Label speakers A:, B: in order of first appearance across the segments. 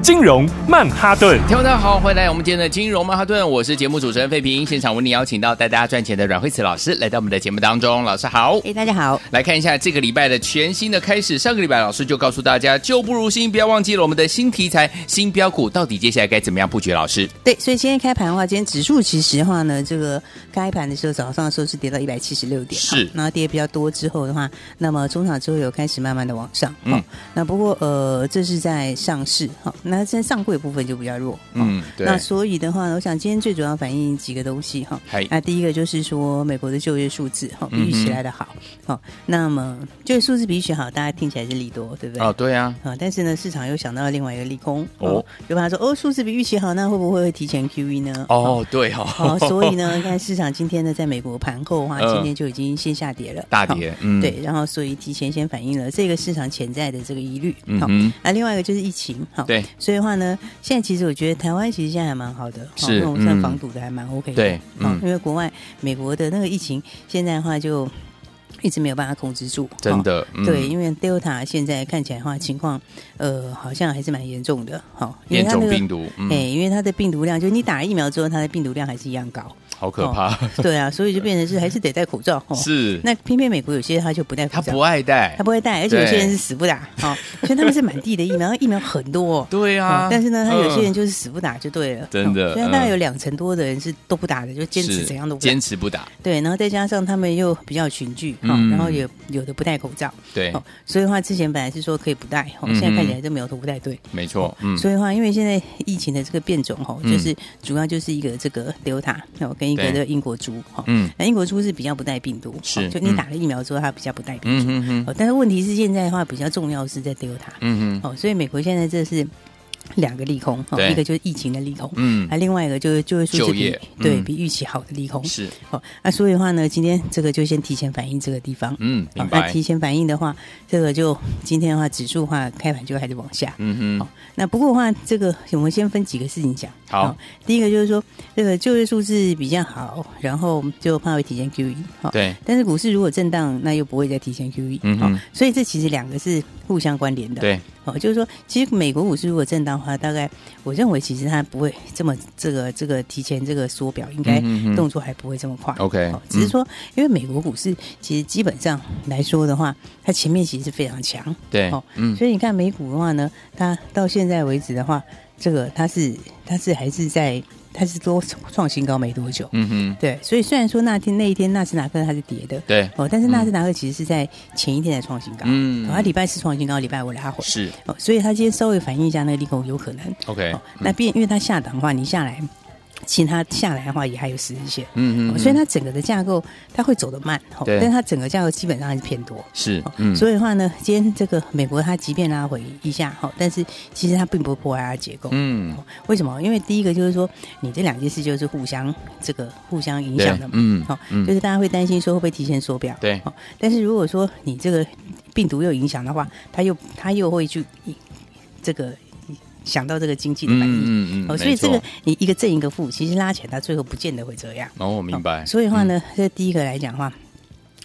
A: 金融曼哈顿。
B: 听众大家好，欢迎来到我们今天的金融曼哈顿，我是节目主持人费平。现场为您邀请到带大家赚钱的阮慧慈老师来到我们的节目当中，老师好。
C: 哎、大家好，
B: 来看一下这个礼拜的全新的开始。上个礼拜老师就告诉大家，旧不如新，不要忘记了我们的新题材、新标股到底接下来该怎么样布局。老师，
C: 对，所以今天开盘的话，今天指数其实的话呢，这个开盘的时候早上的时候是跌到一百七十六点，
B: 是
C: 好然后跌比较多之后的话，那么中场之后有开始慢慢的往上，
B: 嗯
C: 嗯，那不过呃，这是在上市哈、那在上柜部分就比较弱，
B: 嗯，
C: 那所以的话呢，我想今天最主要反映几个东西哈
B: 嗨。嗯
C: 那第一个就是说美国的就业数字哈，比预期来的好。好、那么就业数字比预期好，大家听起来是利多，对不对？
B: 哦，对啊，
C: 啊，但是呢，市场又想到另外一个利空
B: 哦
C: 哦，有朋友说哦，数字比预期好，那会不会提前 QE 呢？
B: 哦，对
C: 哦，
B: 哦，
C: 哦，所以呢，你看市场今天呢，在美国盘后的话，
B: 嗯
C: 今天就已经先下跌了，
B: 大跌
C: 好
B: 嗯
C: 对，然后所以提前先反映了这个市场潜在的这个疑虑，
B: 嗯
C: 好
B: 哼，
C: 那另外一个就是疫情，好，
B: 对，哦
C: 所以的话呢，现在其实我觉得台湾其实现在还蛮好的，好
B: 是
C: 因为我们算
B: 嗯
C: 防堵的还蛮 OK 的，
B: 对
C: 好
B: 嗯
C: 因为国外美国的那个疫情现在的话就一直没有办法控制住，
B: 真
C: 好
B: 的，嗯
C: 对，，因为 Delta 现在看起来的话，情况呃好像还是蛮严重的，好、因为
B: 变
C: 它那
B: 种
C: 个
B: 病毒，
C: 哎、
B: 嗯，
C: 因为它的病毒量，就是你打了疫苗之后，它的病毒量还是一 样高，
B: 好可怕，
C: 对啊，所以就变成是还是得戴口罩。哦、，
B: 是，
C: 那偏偏美国有些他就不戴口
B: 他
C: 罩，
B: 不爱戴
C: 他，不会戴，而且有些
B: 对
C: 人是死不打，哦，所以他们是满地的疫苗，疫苗很多、哦。
B: 对
C: 哦
B: 啊，
C: 但是呢，他有些人
B: 嗯
C: 就是死不打就对了，
B: 真的
C: 哦所以大概
B: 嗯
C: 有两成多的人是都不打的，就坚持
B: 是
C: 怎样都不打
B: 坚。持不打，
C: 对，然后再加上他们又比较群聚，哈、
B: 嗯
C: 然后也有的不戴口罩，
B: 对
C: 哦，，所以的话之前本来是说可以不戴，哦，
B: 嗯
C: 现在看起来这苗头不太对。
B: 没错，嗯，
C: 哦所以的话，因为现在疫情的这个变种哦，
B: 嗯
C: 就是主要就是一个这个 Delta 哦，跟一个
B: 对
C: 这个英国猪哦。
B: 嗯
C: 那英国猪是比较不带病毒，哦
B: 是
C: 就你
B: 嗯
C: 打了疫苗之后，它比较不带病
B: 嗯
C: 毒。
B: 哼哼，
C: 哦，但是问题是现在的话，比较重要是在 Delta
B: 嗯哼，
C: 哦，所以美国现在这是两个利空哦，
B: 对
C: 一个就是疫情的利空，
B: 嗯
C: 啊，，另外一个就是就业数字
B: 就
C: 比
B: 业
C: 对
B: 嗯
C: 比预期好的利空。
B: 是，
C: 哦，那所以的话呢，今天这个就先提前反映这个地方。
B: 嗯，
C: 好，
B: 明
C: 那
B: 白
C: 哦提，前反应的话，这个就今天的话，指数的话开盘就还是往下。
B: 嗯
C: 好、
B: 哼，
C: 那不过的话，这个我们先分几个事情讲。
B: 好
C: 第一个就是说，这个就业数字比较好，然后就怕会提前 QE 好、
B: 对，
C: 但是股市如果震荡，那又不会再提前 QE、
B: 嗯哼
C: 好所以这其实两个是互相关联的。，
B: 对，
C: 哦，就是说，其实美国股市如果震荡的话，大概我认为其实它不会这么这个这个提前这个缩表，应该
B: 嗯哼哼
C: 动作还不会这么快。
B: OK，
C: 哦只是
B: 嗯
C: 说，因为美国股市其实基本上来说的话，它前面其实是非常强，
B: 对
C: 哦，
B: 嗯，
C: 所以你看美股的话呢，它到现在为止的话，这个它是它是还是在它是多创新高没多久，
B: 嗯哼，
C: 对，所以虽然说那天那一天纳斯达克它是跌的，
B: 对，
C: 哦，但是纳斯达克其实是在前一天才创新高，
B: 嗯
C: 哦它礼拜四创新高，礼拜五拉回，
B: 是
C: 哦，所以它今天稍微反映一下那个利空有可能，
B: OK，
C: 哦，那变因为它下档的话，你下来，其实它下来的话也还有十日线。
B: 嗯
C: 哦所以它整个的架构它会走得慢，哦
B: 对
C: 但是它整个架构基本上还是偏多。
B: 是
C: 哦，
B: 嗯，
C: 所以的话呢，今天这个美国它即便拉回一下，哈，但是其实它并不会破坏它的结构。
B: 嗯
C: 哦，为什么？因为第一个就是说，你这两件事就是互相这个互相影响的嘛。
B: 对嗯
C: 好、
B: 嗯
C: 就是大家会担心说会不会提前缩表。
B: 对
C: 哦，但是如果说你这个病毒又影响的话，它又它又会去这个想到这个经济的反应。
B: 嗯嗯嗯，
C: 哦，所以
B: 没
C: 这
B: 错
C: 个你一个正一个负，其实拉起来它最后不见得会这样。
B: 哦，我明白
C: 哦，所以的话
B: 嗯
C: 呢，这第一个来讲的话，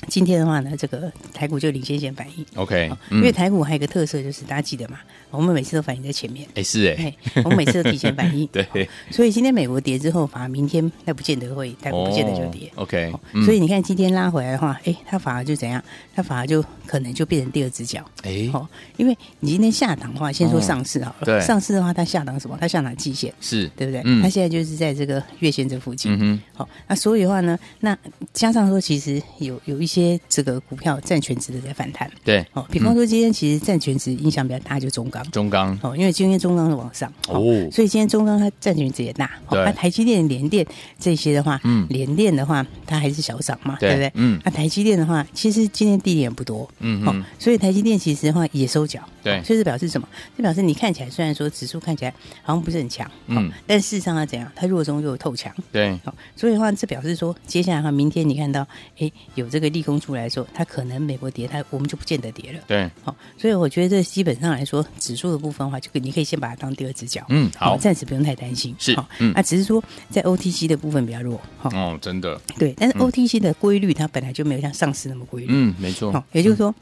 C: 今天的话呢，这个台股就领先先反应。
B: OK，
C: 哦因
B: 嗯
C: 为台股还有一个特色就是大家记得嘛，我们每次都反应在前面，
B: 哎是哎，。
C: 哎， 我们每次都提前反应 哦
B: 对，
C: 所以今天美国跌之后，反而明天那不见得会，台股不见得就跌。
B: OK，
C: 哦
B: 嗯
C: 所以你看今天拉回来的话，哎，它反而就怎样？它反而就可能就变成第二只脚。
B: 哎
C: 哦，因为你今天下档的话，先说
B: 哦
C: 上市好了。
B: 对
C: 上市的话，它下档什么？它下档季线，
B: 是，
C: 对不对？
B: 嗯
C: 它现在就是在这个月线这附近。哦
B: 嗯哼，
C: 好、那所以的话呢，那加上说，其实有有一些这个股票占全值的在反弹。
B: 对，嗯
C: 哦，比方说今天其实占全值影响比较大，就中钢。
B: 中钢
C: 哦，因为今天中钢是往上
B: 哦
C: 所以今天中钢它占全值也大。哦，
B: 对
C: 那、台积电、联电这些的话，
B: 嗯
C: 联电的话它还是小涨嘛，
B: 对
C: 对不对？
B: 嗯
C: 那、台积电的话，其实今天地点也不多，
B: 嗯
C: 哦
B: 嗯，
C: 所以台积电其实的话也收脚。
B: 对
C: 哦所以这表示什么？这表示你看起来虽然说指数看起来好像不是很强，哦
B: 嗯，
C: 但事实上它怎样？它弱中又有透强。
B: 对，
C: 好、所以的话，这表示说，接下来的话，明天你看到，哎，有这个利空出来的时候，它可能美国跌，它我们就不见得跌了。
B: 对，
C: 好、所以我觉得这基本上来说，指数的部分的话，就你可以先把它当第二只脚。
B: 嗯，好
C: 哦，暂时不用太担心。
B: 是
C: 好
B: 嗯
C: 啊，只是说在 OTC 的部分比较弱。好、
B: 哦，真的，
C: 对，但是
B: 嗯
C: OTC 的规律它本来就没有像上市那么规律。
B: 嗯，没错
C: 好、，哦也就是说。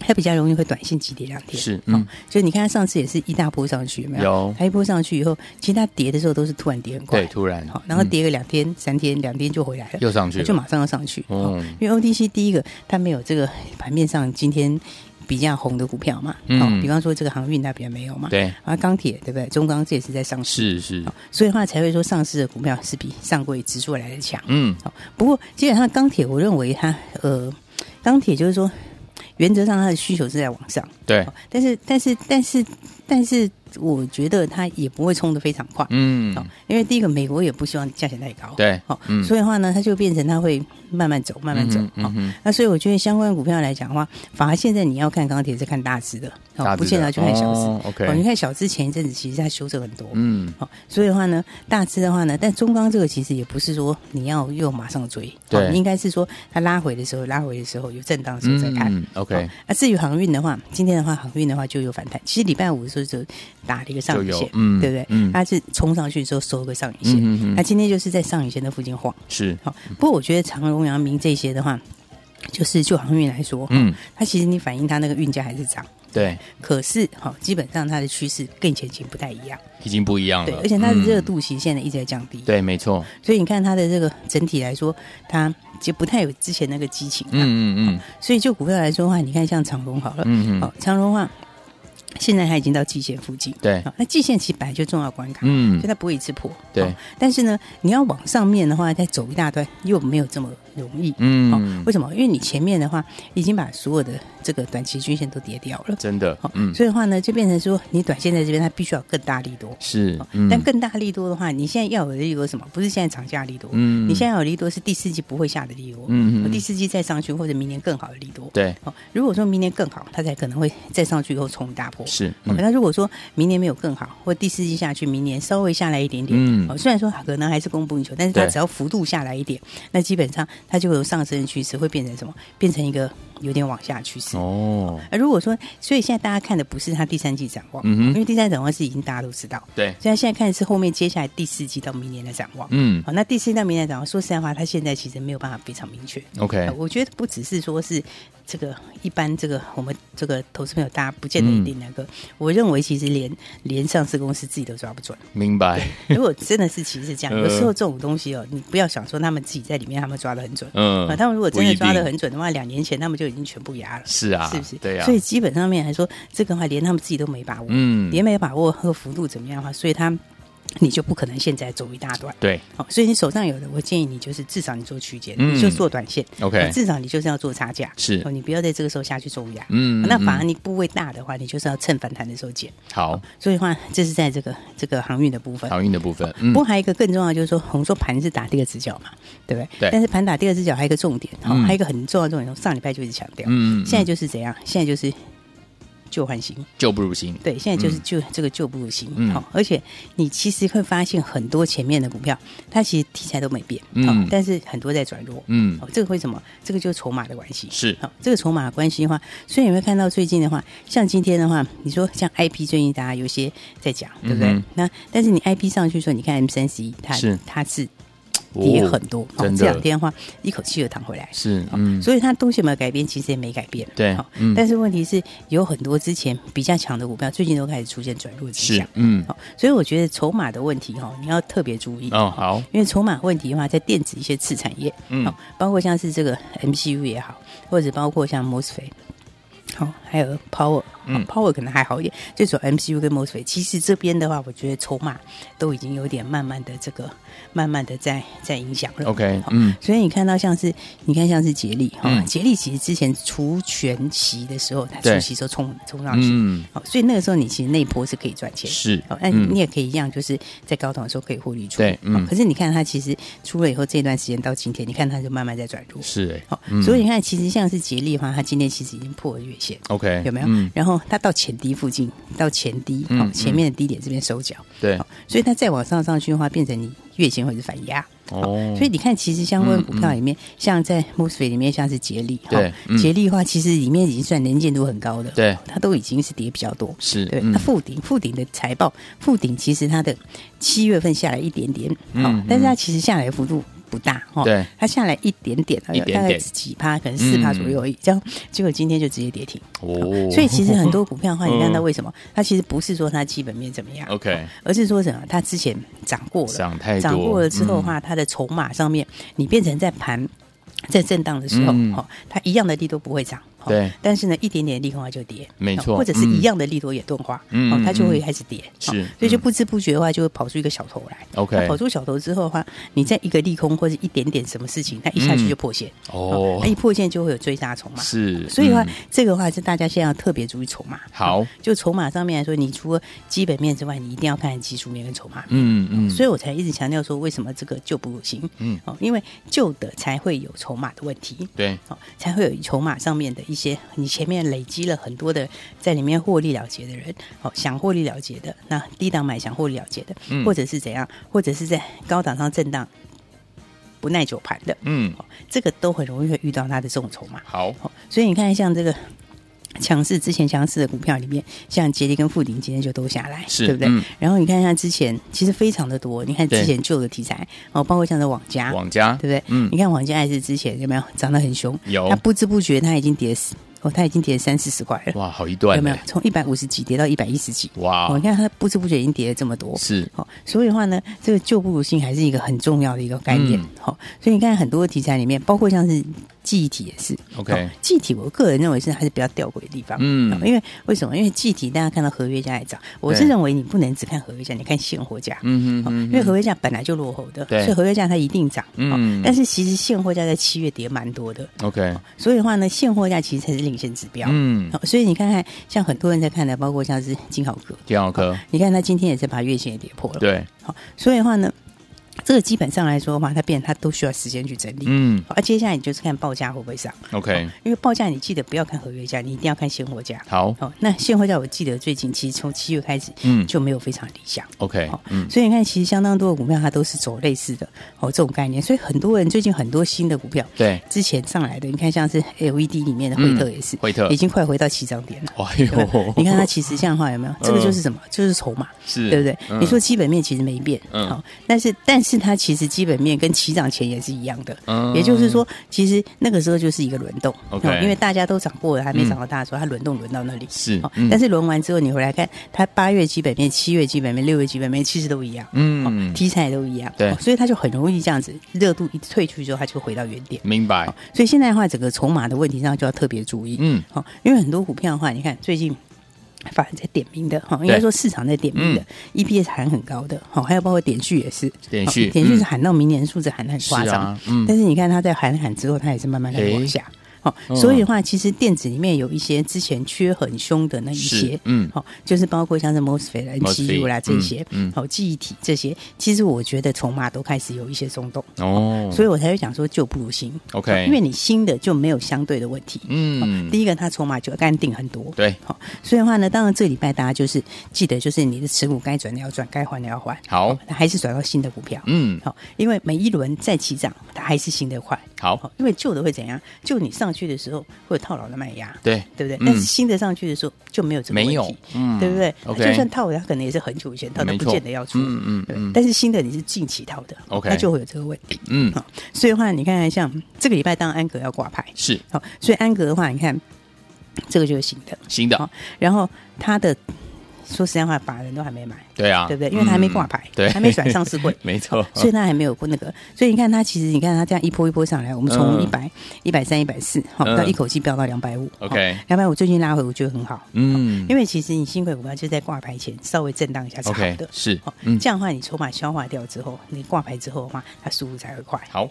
C: 它比较容易会短线急跌两天，
B: 是
C: 嗯、
B: 嗯
C: 所以你看它上次也是一大波上去，有没有？
B: 有
C: 它一波上去以后，其实它跌的时候都是突然跌很快，
B: 对，突然
C: 好，，然后
B: 嗯
C: 跌个两天、三天、两天就回来了，
B: 又上去了
C: 就马上要上去。
B: 哦
C: 哦，因为 OTC 第一个它没有这个盘面上今天比较红的股票嘛，
B: 嗯
C: 哦，比方说这个航运它比较没有嘛，，
B: 对，
C: 啊，钢铁对不对？中钢这也是在上市，
B: 是是
C: 哦，所以的话才会说上市的股票是比上柜指数来的强。
B: 嗯，
C: 好，不过基本上钢铁，我认为它呃，钢铁就是说原则上它的需求是在往上，
B: 对
C: 哦，但是但是但是但是，我觉得它也不会冲得非常快，
B: 嗯，
C: 哦，因为第一个美国也不希望价钱太高，，
B: 对，
C: 哦，
B: 嗯
C: 所以的话呢，它就变成它会慢慢走，慢慢走，
B: 嗯哼
C: 哦
B: 嗯哼
C: 那所以我觉得相关的股票来讲的话，反而现在你要看钢铁是看大只的，哦
B: 大致
C: 不见得
B: 的
C: 要去看小只。
B: 哦，OK，
C: 哦，你看小只前一阵子其实它修正很多，
B: 嗯，
C: 哦，所以的话呢，大致的话呢，但中钢这个其实也不是说你要又马上追，
B: 对
C: 哦你应该是说它拉回的时候，拉回的时候有震荡的时候再看。
B: 嗯，OK，
C: 哦那、至于航运的话，今天的话，航运的话就有反弹。其实礼拜五的时候就打了一个上影
B: 就有
C: 线，
B: 嗯
C: 对不对？
B: 嗯
C: 它是冲上去之后收个上影线，那、
B: 嗯嗯嗯嗯
C: 今天就是在上影线的附近晃。
B: 是，
C: 好、不过我觉得长荣、阳明这些的话，就是就航运来说，
B: 嗯，
C: 它其实你反映它那个运价还是涨，
B: 对，
C: 可是哈、哦基本上它的趋势跟以前已经不太一样，
B: 已经不一样
C: 对，
B: 了，
C: 而且它的
B: 嗯
C: 热，度其实现在一直在降低，
B: 对，没错，
C: 所以你看它的这个整体来说，它就不太有之前那个激情、嗯，
B: 嗯嗯
C: 所以就股票来说的话，你看像长荣好了，
B: 嗯嗯嗯，
C: 好、长荣的话，现在它已经到季线附近，哦
B: 对
C: 好、，那季线其实本来就重要关卡，
B: 嗯
C: 所以，它不会一次破，
B: 对
C: 好但是呢，你要往上面的话，再走一大段又没有这么容易，哦
B: 嗯，
C: 为什么？因为你前面的话已经把所有的这个短期均线都跌掉了，
B: 真的
C: 好、，
B: 嗯，
C: 所以的话呢，就变成说你短线在这边它必须要有更大力多，
B: 是
C: 哦，
B: 嗯
C: 但更大力多的话，你现在要有的力多是什么？不是现在涨价力多，
B: 嗯
C: 你现在要有的力多是第四季不会下的力多，
B: 嗯嗯
C: 第四季再上去或者明年更好的力多。
B: 对，
C: 哦，如果说明年更好，它才可能会再上去以后冲大波。
B: 是，
C: 哦
B: 嗯
C: 那如果说明年没有更好，或第四季下去，明年稍微下来一点点，
B: 嗯嗯
C: 哦，虽然说可能还是供不应求，但是它
B: 对
C: 只要幅度下来一点，那基本上它就会有上升的趋势，会变成什么？变成一个有点往下的趋势。
B: 哦，
C: 啊，如果说，所以现在大家看的不是它第三季展望，
B: 嗯哼
C: 因为第三季展望是已经大家都知道，
B: 对，
C: 所以它现在看的是后面接下来第四季到明年的展望。
B: 嗯
C: 好，那第四季到明年的展望，说实在话，它现在其实没有办法非常明确。
B: ，OK，
C: 呃我觉得不只是说是这个一般这个我们这个投资朋友大家不见得一
B: 嗯
C: 定能够，我认为其实连连上市公司自己都抓不 准。
B: 明白，
C: 如果真的是其实是这样，
B: 呃
C: 有时候这种东西哦，你不要想说他们自己在里面他们抓的很准。
B: 嗯
C: 啊，他们如果真
B: 不
C: 的
B: 一
C: 抓的
B: 定
C: 很准的话，两年前他们就已经全部压了。
B: 是啊，
C: 是不是？
B: 对呀，
C: 所以基本上面来说，这个话连他们自己都没把握，
B: 嗯
C: 连没把握和幅度怎么样的话，所以他你就不可能现在走一大段。
B: 对
C: 好、所以你手上有的，我建议你就是至少你做区间，
B: 嗯
C: 你就做短线，
B: ，OK，
C: 至少你就是要做差价，
B: 是
C: 哦，你不要在这个时候下去重压。哦
B: 嗯
C: 啊那反而
B: 嗯
C: 你部位大的话，你就是要趁反弹的时候减。
B: 好，
C: 所以的话，这是在这个这个航运的部分。
B: 航运的部分，
C: 不
B: 嗯
C: 过还有一个更重要，就是说，我们说盘是打第二只脚嘛，对不对？
B: 对
C: 但是盘打第二只脚还有一个重点，好、
B: 嗯
C: 还有一个很重要的重点，上礼拜就一直强调，
B: 嗯，
C: 现在
B: 就
C: 就是怎样？现在就是旧换新，
B: 旧不如新，
C: 对，现在就是旧、这个旧不如新。好、
B: 嗯
C: 而且你其实会发现很多前面的股票，它其实题材都没变，
B: 嗯
C: 好但是很多在转弱。
B: 嗯，
C: 哦，这个为什么？这个就是筹码的关系。
B: 是
C: 好、这个筹码的关系的话，所以你会看到最近的话，像今天的话，你说像 IP 最近大家有些在讲，对不对？
B: 嗯哼
C: 那但是你 IP 上去说，你看 M 三十一，它
B: 是
C: 它是跌
B: 哦
C: 很多，哦
B: 真的
C: 这两天的话，一口气就弹回来。
B: 是，
C: 好
B: 嗯，
C: 所以它东西有没有改变，其实也没改变。
B: 对
C: 好
B: 嗯
C: 但是问题是有很多之前比较强的股票，最近都开始出现转弱迹
B: 是
C: 象。，
B: 嗯，
C: 好，所以我觉得筹码的问题哈，你要特别注意。
B: 哦，好，
C: 因为筹码问题的话，在电子一些次产业，
B: 嗯
C: 好，包括像是这个 MCU 也好，或者包括像 MOSFET，好，还有 Power，
B: 嗯
C: 嗯，Power 可能还好一点，这种 MCU 跟 MOSFET，其实这边的话，我觉得筹码都已经有点慢慢的这个，慢慢的在在影响了。
B: OK，
C: 好
B: 嗯，
C: 所以你看到像是你看像是杰力哈
B: 嗯，
C: 杰力其实之前除权息的时候，它
B: 对
C: 除息时候冲冲上去，
B: 嗯，
C: 好，所以那个时候你其实那一波是可以赚钱的。
B: 是
C: 哦，，那
B: 嗯
C: 你也可以一样，就是在高档的时候可以获利出。
B: 对
C: 哦
B: 嗯
C: 可是你看它其实出了以后，这段时间到今天，你看它就慢慢在转弱。
B: 是哎
C: 好、所以你看，其实像是杰力的话，它今天其实已经破了月线，
B: ，OK，
C: 有没有？
B: 嗯，
C: 然后它到前低附近，到前低，
B: 嗯
C: 哦，前面的低点这边收脚，
B: 对
C: 好，所以它再往上上去的话，变成你月线或者是反压。
B: 哦
C: 所以你看，其实相关
B: 嗯
C: 股票里面，像在 m o s f e t 里面，像是杰力，哦
B: 对嗯
C: 杰力的话，其实里面已经算能见度很高的，
B: 对
C: 它都已经是跌比较多，
B: 是，
C: 对，
B: 嗯
C: 那富鼎富鼎的财报，富鼎其实它的七月份下来一点点，
B: 嗯
C: 哦
B: 嗯，
C: 但是它其实下来的幅度不大，哦，
B: 对，
C: 它下来一点点，哎
B: 一点点
C: 大概几趴，可能四趴
B: 嗯
C: 左右而已，这样结果今天就直接跌停。
B: 哦
C: 所以其实很多股票的话，你看到
B: 嗯
C: 为什么？它其实不是说它基本面怎么样
B: OK
C: 而是说什么？它之前涨过了，
B: 涨太多嗯
C: 涨过了之后的话，它的筹码上面，你变成在盘。在震荡的时候，
B: 嗯
C: 哦，它一样的利多不会涨，哦
B: 对
C: 但是呢，一点点利空它就跌，
B: 没错
C: 哦或者是
B: 嗯
C: 一样的利多也钝化，
B: 嗯
C: 哦，它就会
B: 嗯
C: 开始跌，
B: 是
C: 哦所以就
B: 嗯
C: 不知不觉的话，就会跑出一个小头来。
B: OK
C: 那跑出小头之后的话，你在一个利空或者一点点什么事情，它一下去
B: 嗯
C: 就破线，
B: 哦
C: 它一破线就会有追杀筹码，
B: 是，
C: 哎所以的话
B: 嗯，
C: 这个话是大家现在要特别注意筹码。
B: 好
C: 哦就筹码上面来说，你除了基本面之外，你一定要看技术面跟筹码面。
B: 嗯嗯，
C: 所以我才一直强调说，为什么这个旧不如新？
B: 嗯，
C: 哦，因为旧的才会有筹码的问题，
B: 对，
C: 哦，才会有筹码上面的一些你前面累积了很多的在里面获利了结的人，哦，想获利了结的，那低档买想获利了结的，
B: 嗯
C: 或者是怎样，或者是在高档上震荡不耐久盘的，
B: 嗯，
C: 哦，这个都很容易会遇到他的这种筹码。
B: 好，
C: 哦，所以你看，像这个强势之前强势的股票里面，像杰力跟富鼎今天就都下来，
B: 是
C: 对不对？
B: 嗯
C: 然后你看一下之前，其实非常的多。你看
B: 对
C: 之前旧的题材哦，包括像这网家，
B: 网家，
C: 对不对？
B: 嗯
C: 你看网家也是之前有没有涨得很凶？
B: 有
C: 它不知不觉它已经跌死哦，它已经跌三四十块了，
B: 哇，好一段
C: 有没有
B: 呢？
C: 从一百五十几跌到一百一十几？
B: 哇
C: 哦，你看它不知不觉已经跌了这么多，
B: 是，
C: 好、所以的话呢，这个旧不如新还是一个很重要的一个概念
B: 嗯。
C: 好、所以你看很多题材里面，包括像是记忆体也是。
B: OK
C: 哦记忆体我个人认为是还是比较吊诡的地方。
B: 嗯
C: 哦因为为什么？因为记忆体大家看到合约价也涨，我是
B: 对
C: 认为你不能只看合约价，你看现货价。
B: 嗯
C: 哦
B: 嗯，
C: 因为合约价本来就落后的，
B: 对
C: 所以合约价它一定涨。
B: 嗯
C: 哦但是其实现货价在七月跌蛮多的，
B: OK，
C: 所以的话呢，现货价其实才是领先指标。
B: 嗯，
C: 哦，所以你看看，像很多人在看的，包括像是金豪哥，
B: 第二颗，
C: 你看他今天也是把月线也跌破了。
B: 对，
C: 好，所以的话呢，这个基本上来说的话，它变它都需要时间去整理。
B: 嗯
C: 好，而、接下来你就是看报价会不会上，
B: ，OK，
C: 因为报价你记得不要看合约价，你一定要看现货价。
B: 好，
C: 好、那现货价我记得最近其实从七月开始，
B: 嗯
C: 就没有非常理想。
B: ，OK，
C: 好
B: 嗯，
C: 所以你看，其实相当多的股票它都是走类似的哦这种概念，所以很多人最近很多新的股票
B: 对，
C: 之前上来的，你看像是 LED 里面的惠特也是，
B: 嗯惠特
C: 已经快回到起涨点了。
B: 哎呦
C: 对吧，你看它其实像的话有没有？这个就是什么？就是筹码，
B: 嗯是
C: 对不对？
B: 嗯
C: 你说基本面其实没变，
B: 嗯
C: 好，但是但是它其实基本面跟起涨前也是一样的，
B: 嗯
C: 也就是说，其实那个时候就是一个轮动哦
B: OK 嗯
C: 因为大家都涨过了，还没涨到大的时候，它轮动轮到那里
B: 是
C: 好
B: 嗯
C: 但是轮完之后，你回来看，它八月基本面、七月基本面、六月基本面其实都一样，
B: 嗯
C: 哦题材都一样，
B: 对
C: 哦所以它就很容易这样子，热度一退去之后，它就回到原点。
B: 明白，
C: 所以现在的话，整个筹码的问题上就要特别注意。
B: 嗯，
C: 好，因为很多股票的话，你看最近。法人在点名的哈，应该说市场在点名
B: 嗯
C: 的、e p s 喊很高的，好，还有包括点序也是，
B: 点序
C: 哦点序是
B: 嗯
C: 喊到明年数字喊得很夸
B: 是
C: 张，
B: 啊嗯
C: 但是你看它在喊喊之后，它也是慢慢的
B: 诶嗯
C: 往下，好、所以的话，其实电子里面有一些之前缺很凶的那一
B: 是
C: 些，
B: 嗯
C: 好、就是包括像是 MOSFET 啦、MCU 啦
B: MOSFET
C: 这些，
B: 嗯嗯
C: 好、记忆体这些，其实我觉得筹码都开始有一些松动，
B: 哦，
C: 所以我才会讲说旧不如新
B: OK
C: 因为你新的就没有相对的问题。
B: 嗯，
C: 哦第一个，它筹码就干定很多，
B: 对，
C: 好、所以的话呢，当然这礼拜大家就是记得，就是你的持股该转的要转，该换的要换，
B: 好，
C: 还是转到新的股票，
B: 嗯，
C: 好、因为每一轮再起涨，它还是新的快，
B: 好，
C: 好，因为旧的会怎样？就你上去的时候会有套牢的卖压，
B: 对
C: 对不对？
B: 嗯
C: 但是新的上去的时候就没有这个问
B: 没
C: 题，
B: 有嗯
C: 对不对
B: OK
C: 就算套，它可能也是很久以前套，它
B: 没
C: 不
B: 错
C: 见得要出，
B: 嗯嗯
C: 对
B: 嗯
C: 但是新的你是近期套的
B: OK
C: 它就会有这个问题。
B: 嗯，
C: 好，所以的话，你看看像这个礼拜，当然安格要挂牌，
B: 是
C: 好，所以安格的话，你看这个就是新的，
B: 新的
C: 好，然后它的说实在话，法人都还没买，
B: 对啊，
C: 对不对？因为它还没挂
B: 嗯
C: 牌，
B: 对，，
C: 还没转上市柜
B: 没错，
C: 所以它还没有过那个。所以你看它其实，你看它这样一波一波上来，我们从一
B: 嗯
C: 百、一百三、一百四，好，
B: 嗯
C: 到一口气飙到两百五。
B: OK
C: 两百五最近拉回，我觉得很好。
B: 嗯
C: 哦因为其实你新贵股票就在挂牌前稍微震荡一下是好
B: ，OK，
C: 的。
B: 是
C: 好，，
B: 嗯，
C: 这样的话，你筹码消化掉之后，你挂牌之后的话，它速度才会快。
B: 好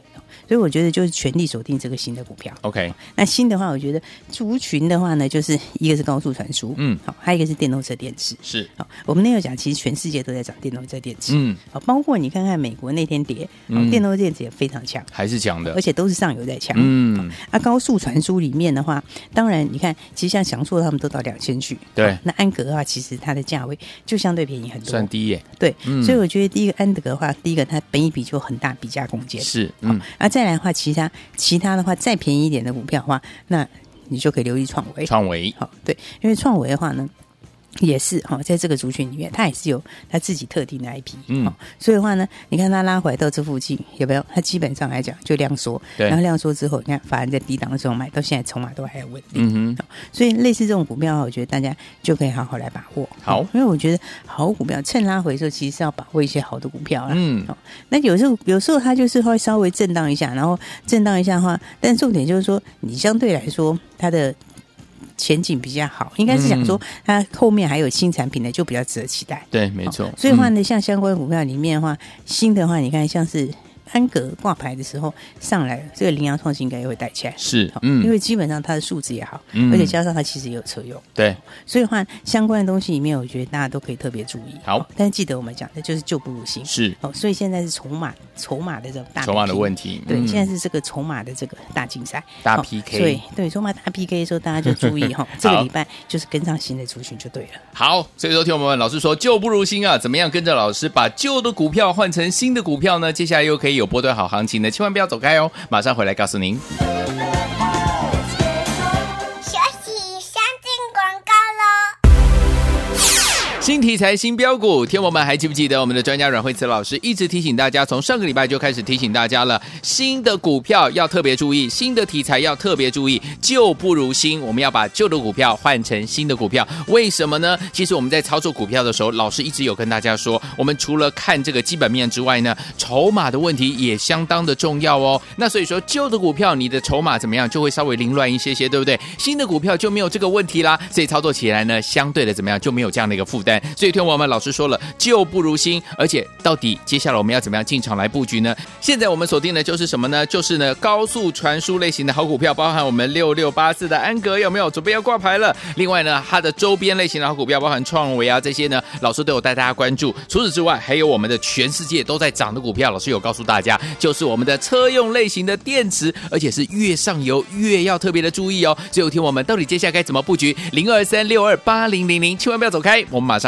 C: 所以我觉得就是全力锁定这个新的股票。
B: ，OK，
C: 那新的话，我觉得族群的话呢，就是一个是高速传输，
B: 嗯
C: 好，还有一个是电动车电池。
B: 是，
C: 好，我们那个讲，其实全世界都在涨电动车电池，
B: 嗯，
C: 好，包括你看看美国那天跌，好
B: 嗯
C: 电动车电池也非常强，
B: 还是讲的
C: 而，且都是上游在强。
B: 嗯，
C: 啊，高速传输里面的话，当然你看，其实像翔硕他们都到两千去，
B: 对
C: 好那安格的话，其实它的价位就相对便宜很多，
B: 算低耶，
C: 对，
B: 嗯
C: 所以我觉得第一个安德的话，第一个它本一比就有很大比价空间，
B: 是，
C: 好
B: 嗯，，
C: 啊，再来的话，其他其他的话再便宜一点的股票的话，那你就可以留意创维，
B: 创维，
C: 好，对，因为创维的话呢。也是哈，在这个族群里面，它也是有它自己特定的 IP，
B: 嗯
C: 好所以的话呢，你看它拉回来到这附近有没有？它基本上来讲就量缩，
B: 对
C: 然后量缩之后，你看法人在低档的时候买，到现在筹码都还很稳定，
B: 嗯哼，
C: 所以类似这种股票，我觉得大家就可以好好来把握。
B: 好
C: 因为我觉得好股票趁拉回的时候，其实是要把握一些好的股票啦。
B: 嗯，
C: 那有时候有时候它就是会稍微震荡一下，然后震荡一下的话，但重点就是说，你相对来说它的。前景比较好，应该是想说嗯它后面还有新产品的，就比较值得期待。
B: 对，没错
C: 哦，所以的话
B: 嗯
C: 呢，像相关股票里面的话，新的话，你看像是安格挂牌的时候上来了，这个羚羊创新应该也会带起来。
B: 是
C: 好，
B: 嗯，
C: 因为基本上它的素质也好，
B: 嗯
C: 而且加上它其实也有车用，
B: 对，
C: 所以的话相关的东西里面，我觉得大家都可以特别注意。
B: 好
C: 哦，但是记得我们讲的就是旧不如新。
B: 是
C: 哦，所以现在是筹码筹码的这种大
B: 筹码的问
C: 题。
B: 题，
C: 对，
B: 嗯
C: 现在是这个筹码的这个大竞赛，
B: 大
C: 哦
B: PK
C: 所以对筹码大 PK 的时候，大家就注意哈、 这个礼拜就是跟上新的族群就对了。
B: 好，所以说听我们老师说旧不如新啊，怎么样跟着老师把旧的股票换成新的股票呢？接下来又可以有波段好行情的，千万不要走开哦，马上回来告诉您。
D: 学习先进广告喽。
B: 新题材、新标股，天我们还记不记得我们的专家阮慧慈老师一直提醒大家，从上个礼拜就开始提醒大家了，新的股票要特别注意，新的题材要特别注意，旧不如新，我们要把旧的股票换成新的股票。为什么呢？其实我们在操作股票的时候，老师一直有跟大家说，我们除了看这个基本面之外呢，筹码的问题也相当的重要哦。那所以说，旧的股票你的筹码怎么样，就会稍微凌乱一些些，对不对？新的股票就没有这个问题啦，所以操作起来呢，相对的怎么样就没有这样的一个负担。所以，听我们老师说了，旧不如新，而且到底接下来我们要怎么样进场来布局呢？现在我们锁定的就是什么呢？就是呢高速传输类型的好股票，包含我们六六八四的安格有没有准备要挂牌了？另外呢，它的周边类型的好股票，包含创维啊这些呢，老师都有带大家关注。除此之外，还有我们的全世界都在涨的股票，老师有告诉大家，就是我们的车用类型的电池，而且是越上游越要特别的注意哦。所以，有听我们到底接下来该怎么布局？零二三六二八零零零，千万不要走开，我们马上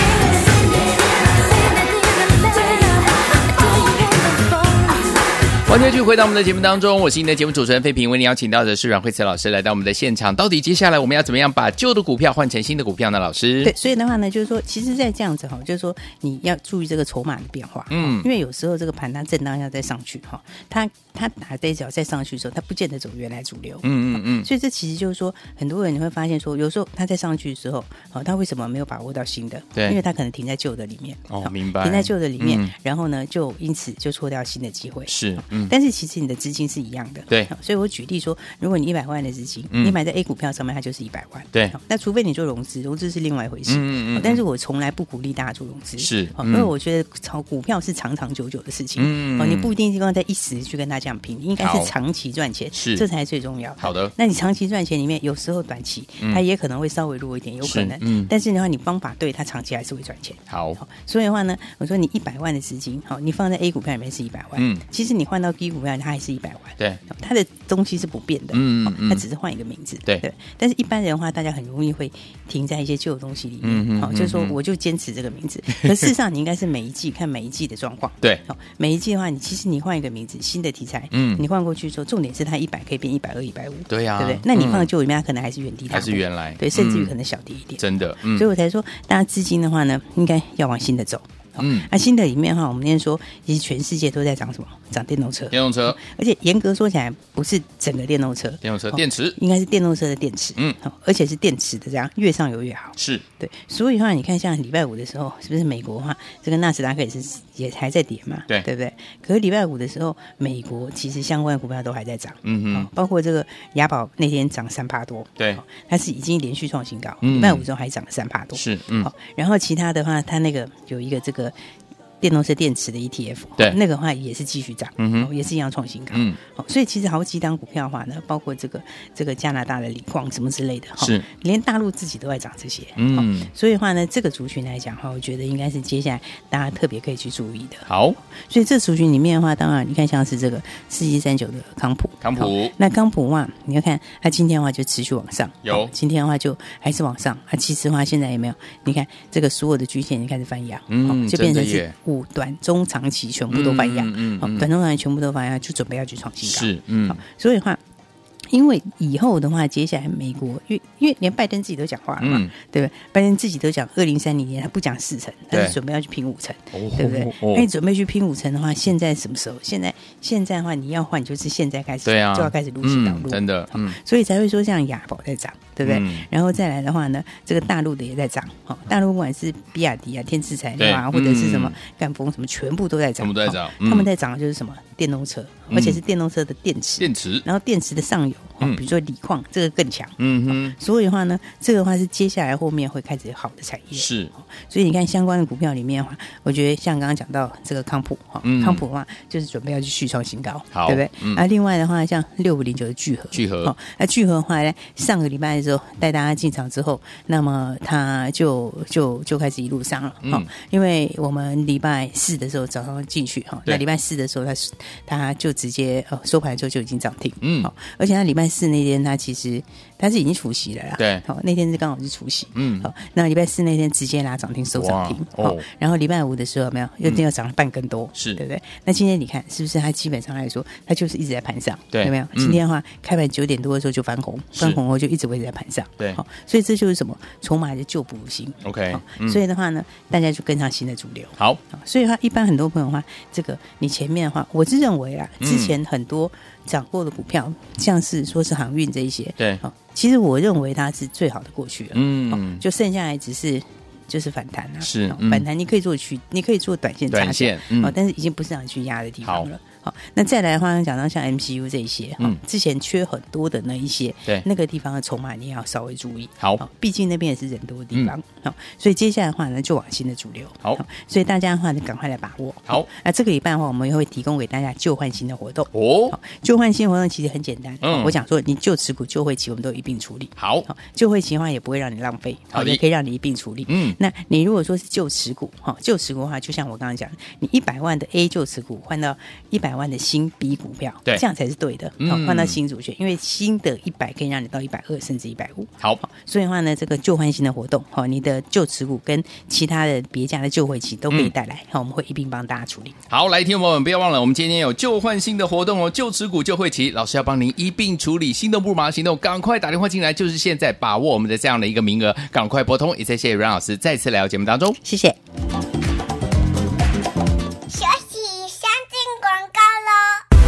D: 啊
B: 完全去回到我们的节目当中，我是你的节目主持人费平，为你邀请到的是阮慧慈老师来到我们的现场。到底接下来我们要怎么样把旧的股票换成新的股票呢？老师，
C: 对，所以的话呢，就是说，其实，在这样子哈，就是说你要注意这个筹码的变化，
B: 嗯
C: 因为有时候这个盘它震荡要再上去哈，它它打这一脚再上去的时候，它不见得走原来主流，
B: 嗯嗯嗯，
C: 所以这其实就是说，很多人你会发现说，有时候它在上去的时候，哦，它为什么没有把握到新的？
B: 对
C: 因为它可能停在旧的里面，
B: 哦
C: 好
B: 明白
C: 停在旧的里面，
B: 嗯
C: 然后呢，就因此就错掉新的机会，
B: 是，嗯，
C: 但是其实你的资金是一样的，
B: 对
C: 好所以我举例说，如果你一百万的资金，
B: 嗯
C: 你买在 A 股票上面，它就是一百万，
B: 对
C: 好。那除非你做融资，融资是另外一回事，
B: 嗯嗯嗯
C: 好但是我从来不鼓励大家做融资，
B: 是
C: 好
B: 嗯
C: 因为我觉得炒股票是长长久久的事情，
B: 嗯
C: 好你不一定是光在一时去跟大家拼，应该
B: 好
C: 是长期赚钱，
B: 是
C: 这才是最重要。
B: 好的
C: 那你长期赚钱里面，有时候短期它也可能会稍微弱一点，有可
B: 是
C: 能，
B: 嗯
C: 但是的话，你方法对，它长期还是会赚钱。
B: 好，
C: 好所以的话呢，我说你一百万的资金，好，你放在 A 股票里面是一百万，
B: 嗯
C: 其实你换到 B 股票，它还是一百万，
B: 对
C: 好，它的东西是不变的，
B: 嗯
C: 好
B: 嗯
C: 它只是换一个名字，
B: 对
C: 但是一般人的话，大家很容易会停在一些旧的东西里
B: 嗯嗯
C: 面，好，就是说
B: 嗯嗯
C: 我就坚持这个名 字，可事实上你应该是每一季看每一季的状况，
B: 对
C: 好，每一季的话，你其实你换一个名字，新的题材，
B: 嗯
C: 你换过去之后，重点是它一百可以变一百二、一百五，
B: 对呀
C: 对不对？那你
B: 嗯
C: 放旧里面，它可能还是原地踏步，
B: 还是原来
C: 对，甚至于
B: 嗯
C: 可能小跌一点，
B: 真的，嗯
C: 所以我才说，大家资金的话呢，应该要往新的走。好
B: 嗯
C: 那、新的里面的话，我们今天说，其实全世界都在涨什么？涨电动车，哦
B: 电动车，
C: 而且严格说起来，不是整个电动车，
B: 电动车
C: 好
B: 电池
C: 应该是电动车的电池，
B: 嗯
C: 好，而且是电池的这样越上游越好。
B: 是，
C: 对，所以的话，你看像礼拜五的时候，是不是美国的话，这个纳斯达克也是也还在跌嘛？
B: 对
C: 对不对？可是礼拜五的时候，美国其实相关股票都还在涨，
B: 嗯哼
C: 好包括这个雅宝那天涨三趴多，
B: 对
C: 好，它是已经连续创新高，
B: 嗯
C: 礼拜五之后还涨了三趴多，
B: 是，嗯
C: 好，，然后其他的话，它那个有一个这个电动车电池的 E ETF，
B: 对
C: 哦那个话也是继续涨，
B: 嗯哼
C: 哦也是一样创新高，
B: 嗯
C: 好，所以其实好几档股票的话呢，包括这个这个加拿大的锂矿什么之类的，哈
B: 是，
C: 连大陆自己都在涨这些，
B: 嗯
C: 好所以的话呢，这个族群来讲哈，我觉得应该是接下来大家特别可以去注意的。
B: 好，
C: 所以这族群里面的话，当然你看像是这个四一三九的康普，
B: 康普
C: 好那康普的话，你要看它今天的话就持续往上，
B: 有
C: 好今天的话就还是往上，它其实的话现在也没有，你看这个所有的均线已经开始翻阳，
B: 嗯
C: 好就
B: 真
C: 变成
B: 的
C: 是
B: 耶
C: 五短中长期全部都翻阳，
B: 嗯嗯嗯
C: 好
B: 嗯
C: 短中长期全部都翻阳，就准备要去创新高，
B: 是，嗯
C: 好，所以的话。因为以后的话，接下来美国，因为因为连拜登自己都讲话了嘛，
B: 嗯
C: 对不对？拜登自己都讲，二零三零年他不讲四成，他
B: 对
C: 是准备要去拼五成，
B: 哦
C: 对不哎对？
B: 哦
C: 那你准备去拼五成的话，现在什么时候？现在现在的话，你要换就是现在开始，
B: 对啊，
C: 就要开始陆续导
B: 嗯
C: 入，
B: 真的，嗯，
C: 所以才会说像雅宝在涨，对不对？
B: 嗯
C: 然后再来的话呢，这个大陆的也在涨，哦，大陆不管是比亚迪啊、天赐材料啊，
B: 对
C: 或者是什么
B: 嗯
C: 赣锋什么，全部都在
B: 全
C: 涨，
B: 部都在涨
C: 哦
B: 嗯
C: 他们在涨的就是什么电动车，
B: 嗯
C: 而且是电动车的电池，
B: 电池，
C: 然后电池的上游，哦
B: 嗯
C: 比如说锂矿，这个更强。
B: 嗯哼，
C: 所以的话呢，这个的话是接下来后面会开始有好的产业。
B: 是，
C: 所以你看相关的股票里面的话，我觉得像刚刚讲到这个康普哈，
B: 嗯
C: 康普的话就是准备要去续创新高，
B: 好
C: 对不对？
B: 嗯
C: 那、另外的话，像六五零九的聚合，
B: 聚合
C: 哦，那聚合的话呢，上个礼拜的时候带大家进场之后，那么它就就就开始一路上了，
B: 嗯
C: 哦因为我们礼拜四的时候早上进去哈、哦
B: 对
C: 那礼拜四的时候它是它就直接呃收盘之后就已经涨停，
B: 嗯
C: 好、而且它礼拜四那天它其实它是已经除夕了啦，
B: 对
C: 好、那天是刚好是除夕，
B: 嗯
C: 好、那礼拜四那天直接拉涨停收涨停，
B: 哇
C: 好、
B: 哦
C: 然后礼拜五的时候有没有又又涨了半根多，
B: 是
C: 对不对？那今天你看是不是它基本上来说，它就是一直在盘上，
B: 对
C: 有没有？
B: 嗯
C: 今天的话，开盘九点多的时候就翻红，
B: 是
C: 翻红后就一直维持在盘上，
B: 对
C: 好、所以这就是什么筹码的旧补新
B: OK，
C: 好
B: 嗯
C: 所以的话呢，大家就跟上新的主流。
B: 好，
C: 好所以的话，一般很多朋友的话，这个你前面的话，我是认为啊，
B: 嗯
C: 之前很多涨过的股票，像是说是航运这一些，
B: 对
C: 好，其实我认为它是最好的过去了，
B: 嗯
C: 哦就剩下来只是就是反弹啊，
B: 是
C: 哦
B: 嗯
C: 反弹，你可以做区，你可以做短线差价，
B: 短线嗯
C: 哦，但是已经不是让你去压的地方了。好，那再来的话，讲到像 MCU 这一些，
B: 嗯
C: 嗯，之前缺很多的那一些，
B: 对
C: 那个地方的筹码你也要稍微注意。
B: 好嗯
C: 哦，毕竟那边也是人多的地方，好，所以接下来的话呢，就往新的主流。哦
B: 好
C: 所以大家的话呢，赶快来把握。哦
B: 好
C: 那这个礼拜的话，我们也会提供给大家旧换新的活动。
B: 哦，
C: 好，旧换新活动其实很简单，哦
B: 嗯
C: 我想说，你旧持股、旧会期我们都一并处理。
B: 好，
C: 好，旧会期的话也不会让你浪费，
B: 好
C: 好，
B: 的
C: 也可以让你一并处理。
B: 嗯
C: 那你如果说是旧持股，哈，旧持股的话，就像我刚刚讲的，你一百万的 A 旧持股换到一百万的新 B 股票，
B: 对
C: 这样才是对的。
B: 嗯
C: 好，换到新主选，因为新的一百可以让你到一百二甚至一百五。
B: 好，
C: 所以的话呢，这个旧换新的活动，好，你的旧持股跟其他的别家的旧回期都可
B: 嗯
C: 以带来，好，我们会一并帮大家处理。
B: 好，来，听众朋友们，不要忘了，我们今天有旧换新的活动哦，旧持股旧会齐，老师要帮您一并处理，心动不如马上行动，赶快打电话进来，就是现在，把握我们的这样的一个名额，赶快拨通。也再谢谢阮老师再次来到节目当中。
C: 谢谢。
D: 学习先进广告喽。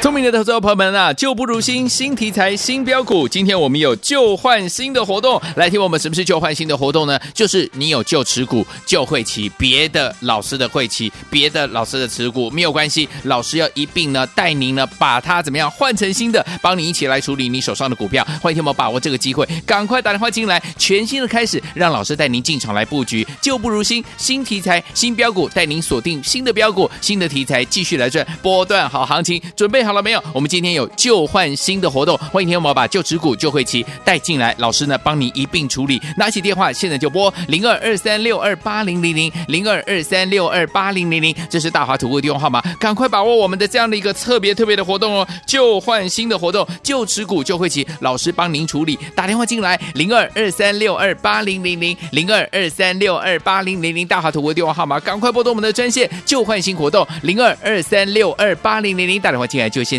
B: 聪明的投资者朋友们啊，旧不如新，新题材、新标股。今天我们有旧换新的活动，来听我们什么是旧换新的活动呢？就是你有旧持股就会起别的老师的会起别的老师的持股没有关系，老师要一并呢带您呢把它怎么样换成新的，帮你一起来处理你手上的股票。欢迎听我们把握这个机会，赶快打电话进来，全新的开始，让老师带您进场来布局。旧不如新，新题材、新标股，带您锁定新的标股、新的题材，继续来赚波段好行情。准备好了没有？我们今天有旧换新的活动，欢迎听我们把旧持股、旧会期带进来，老师呢帮你一并处理。拿起电话，现在就拨零二二三六二八零零零零二二三六二八零零零，这是大华土的电话号码，赶快把握我们的这样的一个特别特别的活动哦，旧换新的活动，旧持股、旧会期，老师帮您处理。打电话进来，零二二三六二八零零零零二二三六二八零零零，大华土的电话号码，赶快拨通我们的专线，旧换新活动零二二三六二八零零零，打电话进来就现